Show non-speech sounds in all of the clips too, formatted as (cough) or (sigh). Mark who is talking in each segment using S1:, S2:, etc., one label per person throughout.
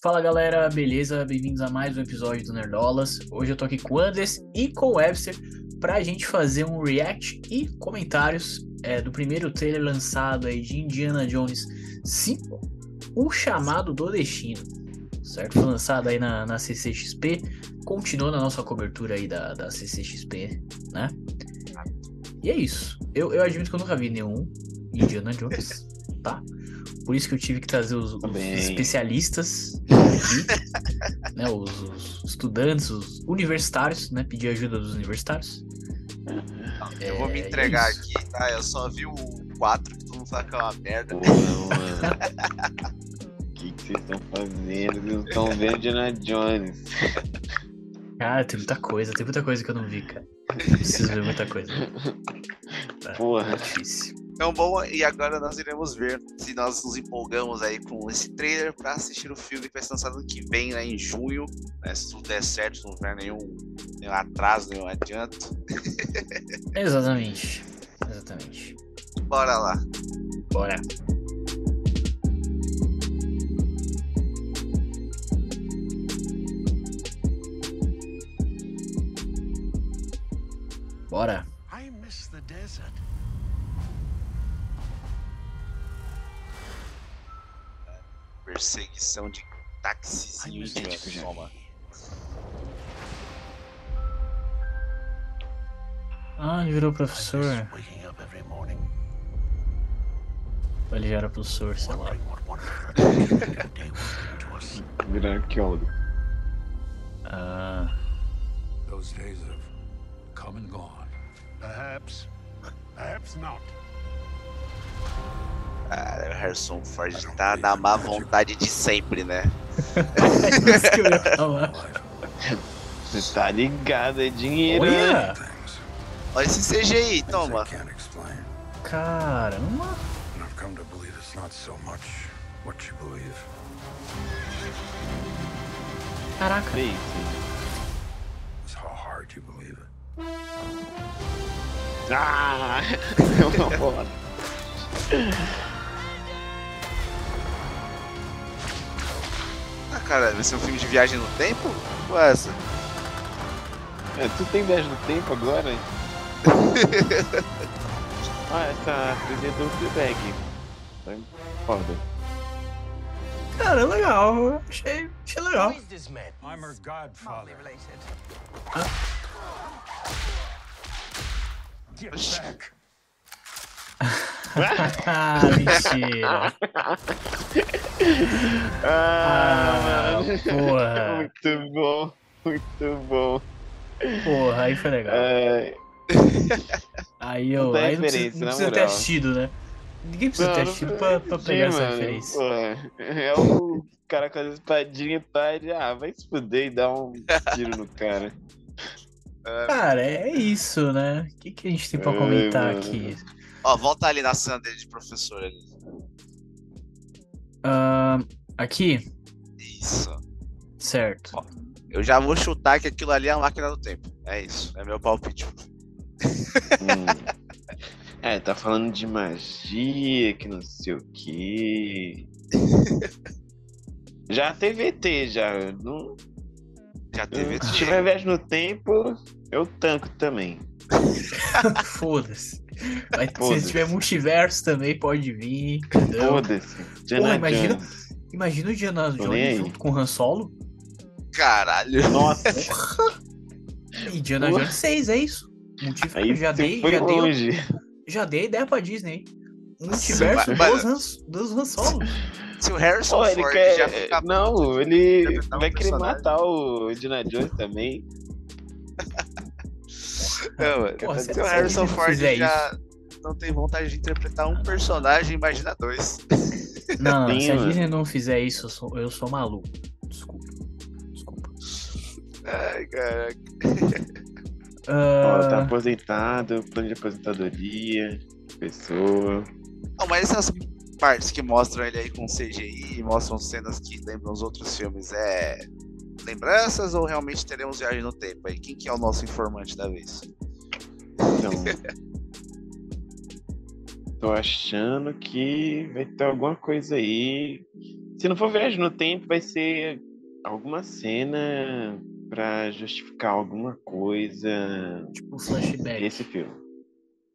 S1: Fala galera, beleza? Bem-vindos a mais um episódio do Nerdolas. Hoje eu tô aqui com o Anders e com o Webster pra gente fazer um react e comentários é, do primeiro trailer lançado aí de Indiana Jones 5, O Chamado do Destino. Certo? Foi lançado aí na, na CCXP, continuou na nossa cobertura aí da, da CCXP, né? E é isso. Eu, eu admito que eu nunca vi nenhum Indiana Jones, tá? Por isso que eu tive que trazer os, os
S2: Também.
S3: (laughs)
S1: especialistas aqui, né? Os, os estudantes, os universitários, né? Pedir ajuda dos universitários.
S3: Eu vou me
S1: É,
S3: entregar
S1: isso.
S3: aqui, tá? Eu só vi o 4, que todo mundo fala que é uma merda.
S2: Pô, mano. (laughs) O que que vocês estão fazendo? Vocês estão vendo Diana Jones.
S1: Cara, Ah, tem muita coisa, tem muita coisa que eu não vi, cara. Eu preciso ver muita coisa. É
S2: Porra.
S1: difícil.
S3: Então, bom, e agora nós iremos ver se nós nos empolgamos aí com esse trailer pra assistir o filme que vai ser lançado ano que vem, né, em junho. né, se tudo der certo, se não houver nenhum, nenhum atraso, nenhum adianto.
S1: Exatamente. Exatamente.
S3: Bora lá.
S1: Bora. Bora.
S4: I miss the desert.
S3: Perseguição de
S4: I
S3: táxizinho
S4: miss
S3: de
S4: the
S2: Indiana
S4: tree.
S2: Jones.
S1: Ah, ele
S4: I
S1: virou
S4: miss
S1: professor.
S4: waking up every morning,
S1: Ele já era professor, sei lá.
S4: wondering what wonderful adventures the day will bring to us.
S2: Virar arqueólogo.
S1: Ah,
S5: Those days have come and gone.
S4: Perhaps, perhaps not.
S3: Cara, o Harrison Ford tá na má vontade de sempre, né?
S1: (laughs) é isso que eu ia falar.
S5: Life
S2: Você tá ligado, é dinheiro. né?
S1: Olha!
S5: things
S3: (laughs) Olha esse
S1: é
S3: CGI,
S5: I
S3: toma.
S5: can't explain.
S1: Caramba!
S5: And I've come to believe it's not so much what you believe.
S1: Caraca!
S2: É isso.
S5: It's how hard you believe it.
S2: Ah! (laughs) Bora.
S3: Ah, cara, vai ser um filme de viagem no tempo? Ou essa?
S2: É, tu tem 10 do tempo agora? (laughs) ah, essa trilha do Fleabag. Tá foda. (laughs)
S1: Cara, é legal. Achei, achei (laughs) legal.
S5: I'm her godfather. Get back.
S1: Ah, mentira.
S2: Ah,
S1: Ah,
S2: mano.
S1: porra.
S2: (laughs) Muito bom. Muito bom.
S1: Porra, aí foi legal.
S2: É,
S1: Aí eu.
S2: Não tem
S1: Aí não precisa,
S2: referência,
S1: não
S2: na
S1: precisa ter
S2: moral.
S1: assistido, né? Ninguém precisa ter
S2: Não,
S1: assistido pra, pra
S2: sim,
S1: pegar essa
S2: mano,
S1: referência.
S2: porra. é o cara com as espadinhas e pá, ele, ah, vai se fuder e dar um tiro no cara.
S1: Cara, é isso, né? O que, que a gente tem pra
S2: É,
S1: comentar
S2: mano.
S1: aqui?
S3: Ó, volta ali na cena dele de professor ali.
S1: Ah, aqui?
S3: Isso.
S2: (laughs)
S1: Certo.
S3: Eu já vou chutar que aquilo ali é a máquina do tempo. É isso. É meu palpite.
S2: Hum. É, tá falando de magia, que não sei o que. Já teve ET, já. Não,
S3: Já teve
S2: se
S3: esse
S2: tiver
S3: jeito.
S2: viagem no tempo, eu tanco também.
S1: Foda-se. Vai-
S2: Foda-se.
S1: Se tiver multiverso também, pode vir. Entendeu?
S2: Foda-se. Diana
S1: imagina-
S2: Jones.
S1: Imagina o Diana
S2: Tô nem
S1: Jones
S2: aí.
S1: junto com o Han Solo
S3: Caralho.
S2: Nossa,
S1: e Diana
S2: Porra.
S1: Jones 6, é isso. Multiverso,
S2: aí
S1: já,
S2: você
S1: dei,
S2: foi
S1: já, dei, um
S2: longe.
S1: já dei ideia pra Disney. Multiverso
S3: vai- vai-
S1: dos, Han, dos Han
S2: (laughs)
S1: Solo.
S3: Se o Harrison
S2: Pô, ele
S3: Ford
S2: quer.
S3: já fica
S2: Não,
S3: já
S2: ele
S3: matar um
S2: vai querer
S3: personagem.
S2: matar o Indiana Jones também.
S3: Não, mano.
S1: Porra,
S3: se,
S1: se-
S3: o
S1: se
S3: Harrison
S1: ele
S3: Ford
S1: fizer
S3: já não tem vontade de interpretar um personagem, imagina dois.
S1: Não,
S2: Sim,
S1: se a
S2: mano.
S1: Disney não fizer isso, eu sou, eu sou maluco. Desculpa. Desculpa.
S3: Ai, caraca.
S1: Ah,
S2: Ó, tá aposentado, plano de aposentadoria, pessoa.
S3: Não, mas essas partes que mostram ele aí com CGI, mostram cenas que lembram os outros filmes, é lembranças ou realmente teremos viagem no tempo aí? Quem que é o nosso informante da vez?
S2: Então. (laughs) tô achando que vai ter alguma coisa aí Se não for viagem no tempo, vai ser alguma cena pra justificar alguma coisa
S1: Tipo, flashback.
S2: desse filme.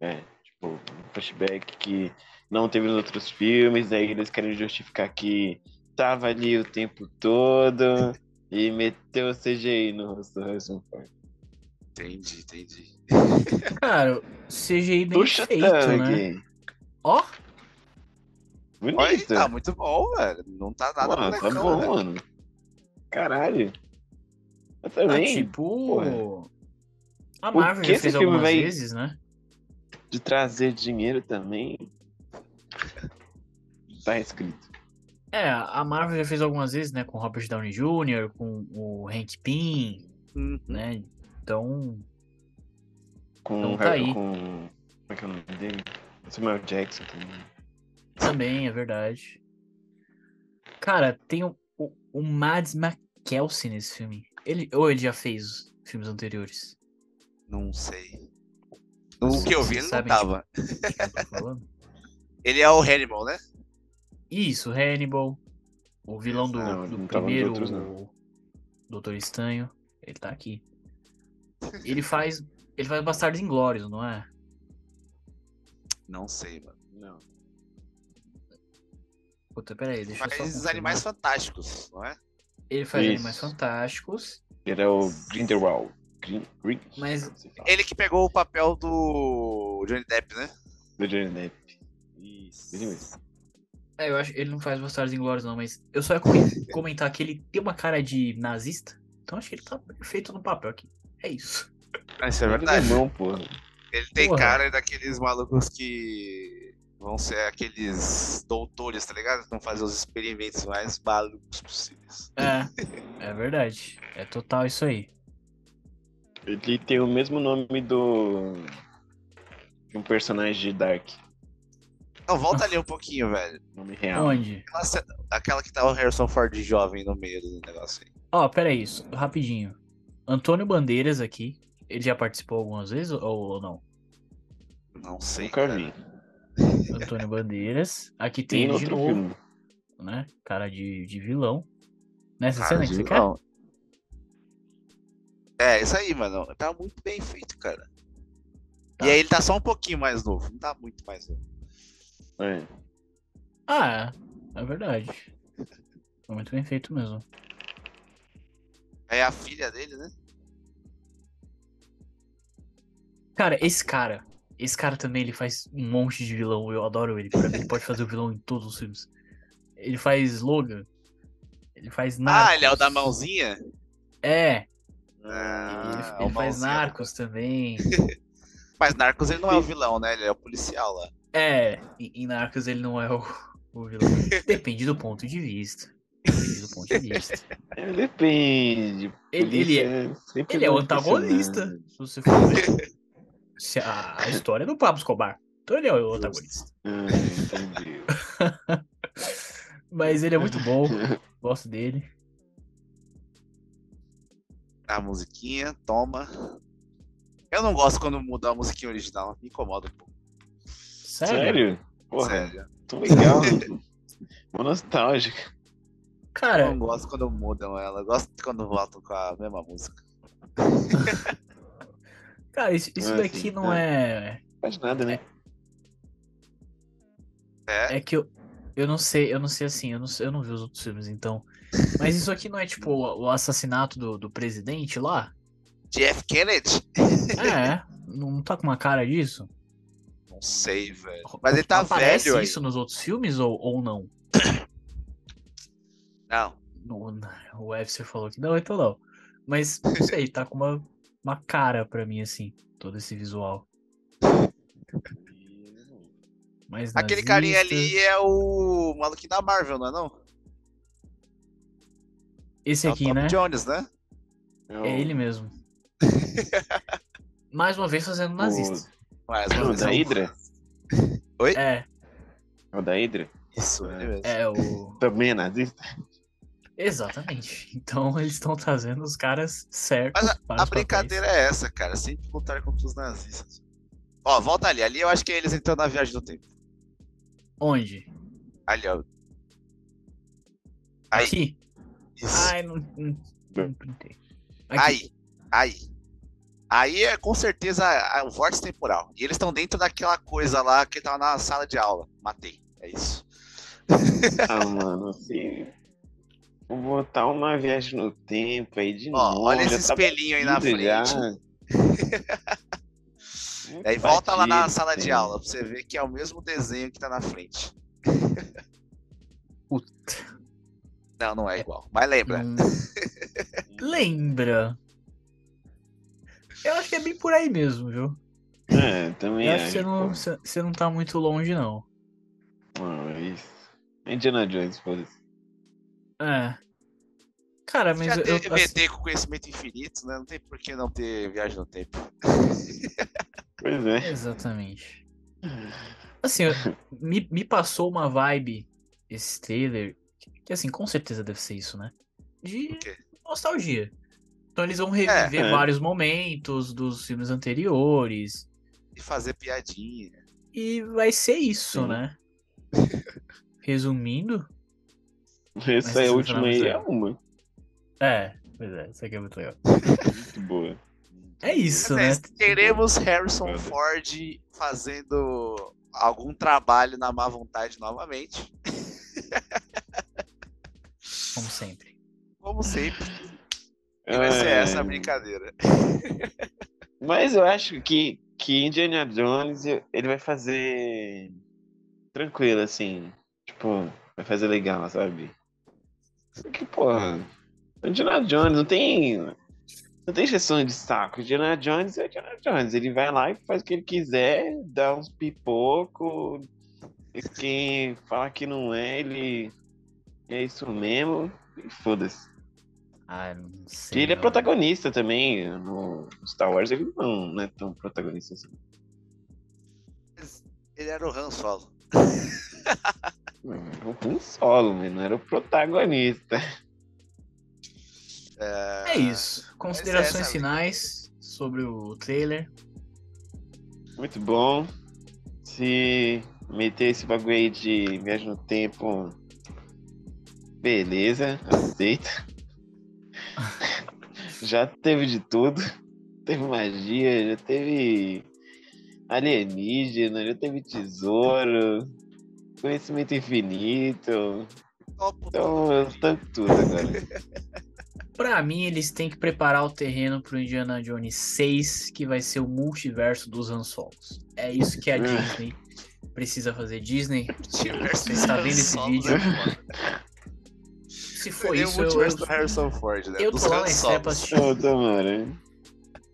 S2: É, tipo, um flashback que não teve nos outros filmes, aí eles querem justificar que tava ali o tempo todo e meteu o CGI no rosto do Harrison Ford.
S3: Entendi, entendi.
S1: Cara, CGI bem
S2: Puxa
S1: feito, né?
S2: tanque!
S1: Ó, tá
S3: Olha,
S2: Bonito!
S3: tá muito bom, velho. Não tá nada
S2: Mano, tá
S3: bonecão,
S2: bom,
S3: velho.
S2: mano. Caralho. Eu
S1: tá
S2: também,
S1: tipo. A
S2: O que
S1: Marvel já
S2: esse
S1: fez
S2: filme
S1: algumas
S2: vai-
S1: vezes, né?
S2: de trazer dinheiro também. Tá escrito.
S1: É, a Marvel já fez algumas vezes, né? Com Robert Downey Jr., com o Hank Pym,
S3: Hum.
S1: né? Então,
S2: Com,
S1: Então
S2: o
S1: tá
S2: Har-
S1: aí.
S2: com. Como é que é o nome dele? Samuel Jackson também.
S1: também é verdade. Cara, tem o, o, o Mads Mikkelsen nesse filme. Ele, ou ele já fez filmes anteriores?
S3: Não sei.
S1: Vocês
S3: O que eu vi, ele não
S1: sabem
S3: tava.
S1: de quem eu tô tá falando?
S3: Ele é o Hannibal, né?
S1: Isso, Hannibal. O vilão do,
S2: Não, ele
S1: do
S2: não tava nos
S1: primeiro,
S2: outros,
S1: o Doutor Estranho. Ele tá aqui. Ele faz. Ele faz Bastardos Inglórios, não é?
S3: Não sei, mano.
S2: Não.
S1: Puta, peraí, deixa eu só.
S3: Mas os
S1: confirmar.
S3: animais fantásticos, não é?
S1: Ele faz
S2: Isso.
S1: Animais Fantásticos.
S2: Ele é o Grindelwald. Green, Green,
S1: Mas
S2: como se fala.
S3: Ele que pegou o papel do Johnny Depp, né?
S2: Do Johnny Depp. Isso. Ele mesmo.
S1: É, eu acho ele não faz Bastardos Inglórios, não, mas eu só ia
S2: (laughs)
S1: comen- comentar que ele tem uma cara de nazista. Então acho que ele tá perfeito no papel aqui. É isso.
S3: Isso é
S2: Ele
S3: verdade.
S2: Não, porra.
S3: Ele tem
S1: Porra.
S3: cara daqueles malucos que vão ser aqueles doutores, tá ligado? Que vão fazer os experimentos mais malucos possíveis.
S2: (laughs)
S1: É, é verdade. É total isso aí.
S2: Ele tem o mesmo nome do. de um personagem de Dark.
S3: Então volta ali um pouquinho, velho.
S2: Nome real.
S1: Onde?
S3: Aquela, cena- aquela que tá o Harrison Ford jovem no meio do negócio aí.
S1: Ó, peraí, isso, rapidinho. Antônio Bandeiras aqui. Ele já participou algumas vezes ou, ou não?
S3: Não sei.
S2: Nunca
S3: cara.
S2: vi. (laughs)
S1: Antônio Bandeiras. Aqui tem
S2: Tem
S1: ele de
S2: outro
S1: novo,
S2: filme.
S1: né? Cara de, de vilão. Nessa
S3: Cara
S1: cena que
S3: de
S1: você quer?
S3: vilão. É, isso aí, mano. Tá muito bem feito, cara.
S1: Tá.
S3: E aí ele tá só um pouquinho mais novo. Não tá muito mais novo.
S2: É.
S1: Ah, é verdade. Foi muito bem feito mesmo.
S3: É a filha dele, né?
S1: Cara, esse cara. Esse cara também, ele faz um monte de vilão. Eu adoro ele. Pra mim, ele pode fazer o vilão em todos os filmes. Ele faz Logan. Ele faz Narcos.
S3: Ah, ele é o da mãozinha?
S1: É. ele
S3: Ah, é
S1: ele
S3: o
S1: faz
S3: mãozinha.
S1: Narcos também.
S3: Mas Narcos ele não é o vilão, né? Ele é o policial lá.
S1: É, em em Narcos ele não é o, o vilão. Depende do ponto de vista. Depende do ponto de vista.
S2: É, Depende.
S1: Ele, ele é,
S2: é, sempre
S1: ele é o
S2: um
S1: antagonista.
S2: personagem.
S1: Se você for ver. Se a, a história é do Pablo Escobar. Então ele é o antagonista.
S2: Ah, entendi.
S1: Mas ele é muito
S3: (laughs)
S1: bom. Gosto dele.
S3: A musiquinha, toma. Eu não gosto quando muda a musiquinha original. Me incomoda um pouco.
S1: Sério?
S2: Sério? Porra,
S3: Sério.
S2: tô legal. Mó nostálgico.
S3: Eu
S1: Cara,
S3: não gosto quando mudam ela. Eu gosto quando voltam com a mesma música.
S1: cara, isso, isso
S2: Ah,
S1: daqui
S3: assim,
S2: sim,
S1: não é.
S2: é. Faz nada, né?
S3: É.
S1: É que eu. Eu não sei, eu não sei assim, eu não, sei- eu não vi os outros filmes, então. Mas isso aqui não é tipo o o assassinato do, do presidente lá?
S3: Jeff Kennedy?
S1: É, não não tá com uma cara disso?
S3: Não sei, velho. Mas ele (laughs) tá
S1: Aparece
S3: velho aí.
S1: isso nos outros filmes ou, ou não?
S3: Não.
S1: No- na- o Webster falou que não, então não. Mas, não sei, tá com uma, uma cara pra mim, assim, todo esse visual. Mas
S3: Aquele carinha ali é o maluquinho da Marvel, não é não?
S1: Esse
S3: É o
S1: aqui,
S3: Tom
S1: né?
S3: Jones, né?
S2: É, o-
S1: É ele
S3: (laughs)
S1: mesmo. Mais uma vez fazendo nazista.
S3: Mas,
S2: É o da Hydra?
S1: É,
S2: É o da Hydra?
S3: Isso, ele mesmo.
S1: é o.
S2: Também é nazista?
S1: Exatamente. (laughs) Então eles estão trazendo os caras certos.
S3: Mas
S1: para
S3: A
S1: os papéis.
S3: brincadeira é essa, cara. Sempre lutar contra os nazistas. Ó, volta ali. Ali eu acho que é eles entrando na viagem do tempo.
S1: Onde?
S3: Ali, ó. Aí.
S1: Aqui?
S3: Isso.
S1: Ai, não, não, não printei. Aqui.
S3: Aí, aí. Aí é com certeza a- o vórtice temporal. E eles estão dentro daquela coisa lá que tava na sala de aula. Matei. É isso.
S2: Ah, mano, assim. Vou botar uma viagem no tempo aí de
S3: Ó,
S2: novo.
S3: olha
S2: já
S3: esse
S2: tá
S3: espelhinho aí na
S2: batido já. É
S3: Aí volta lá na
S2: Batido,
S3: sala de
S2: sim.
S3: aula pra você ver que é o mesmo desenho que tá na frente.
S1: Puta.
S3: Não, não é igual. Mas lembra.
S1: Hum. Lembra. Eu acho que é bem por aí mesmo, viu?
S2: É, também
S1: Eu acho que você
S2: acho,
S1: não,
S2: pô.
S1: você você não tá muito longe, não.
S2: Mano, é isso. Indiana Jones, foda-se.
S1: É. Cara, mas
S3: Já
S1: eu.
S3: teve
S1: eu- assim,
S3: VT com conhecimento infinito, né? Não tem por que não ter viagem no tempo.
S2: Pois é.
S1: Exatamente. Assim, eu- me, me passou uma vibe esse trailer, que- que assim, com certeza deve ser isso, né? De
S3: quê?
S1: nostalgia. Então eles vão reviver
S2: É.
S1: vários momentos dos filmes anteriores.
S3: E fazer piadinha.
S1: E vai ser isso,
S2: Sim.
S1: né? (laughs) Resumindo.
S2: Essa é
S1: esse
S2: a última aí, é
S1: final,
S2: uma.
S1: É, pois é, isso aqui é muito legal.
S2: Muito boa.
S1: É isso, né?
S3: Mas Teremos Harrison
S2: Foda.
S3: Ford fazendo algum trabalho na má vontade novamente.
S1: Como sempre.
S3: Como sempre. E vai ser essa a brincadeira.
S2: Mas eu acho que, que Indiana Jones ele vai fazer tranquilo, assim. Tipo, vai fazer legal, sabe? Só que, porra, Indiana Jones não tem. Não tem exceção de saco. Indiana Jones é Indiana Jones. Ele vai lá e faz o que ele quiser, dá uns pipoco. e Quem fala que não é, ele. É isso mesmo. e Foda-se.
S1: Ah, não sei.
S2: E ele é
S1: não.
S2: protagonista também. No Star Wars ele não, não é tão protagonista assim.
S3: Ele era o Han Solo.
S2: Era um solo, mano. Era o protagonista.
S1: É isso.
S3: é
S1: Considerações
S3: essa-
S1: finais sobre o trailer.
S2: Muito bom. Se meter esse bagulho aí de viagem no tempo. Beleza, aceita. (laughs) já teve de tudo. Teve magia, já teve alienígena, já teve tesouro, conhecimento infinito.
S3: Topo
S2: Então eu tanco tudo agora.
S1: Pra mim, eles têm que preparar o terreno pro Indiana Jones 6, que vai ser o multiverso dos Han Solos. É isso que a Disney precisa fazer. Disney,
S3: multiverso.
S1: Você tá vendo esse
S3: né?
S1: vídeo? se for
S3: Foi
S1: isso, eu,
S3: isso, É, o multiverso do
S1: eu,
S3: Harrison Ford, né?
S1: eu
S3: Dos
S1: tô lá
S3: Han
S1: na estreia
S3: Solos.
S1: pra assistir.
S2: Ô, Tamara.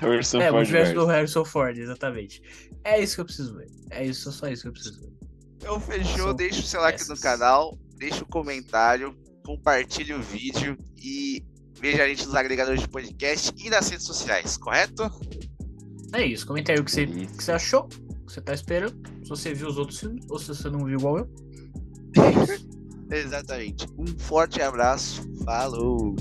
S2: Harrison
S1: É, o
S2: Ford
S1: multiverso do
S2: Verso.
S1: Harrison Ford, exatamente. É isso que eu preciso ver. É isso, só isso que eu preciso ver.
S3: Então fechou,
S1: São
S3: deixa o seu like no
S1: peças.
S3: canal, deixa o comentário, compartilha o vídeo e veja a gente nos agregadores de podcast e nas redes sociais, correto?
S1: É isso, comenta aí o que você,
S2: Isso.
S1: o que você achou, o que você tá esperando, se você viu os outros filmes, ou se você não viu igual eu. É isso.
S3: Exatamente. Um forte abraço, falou!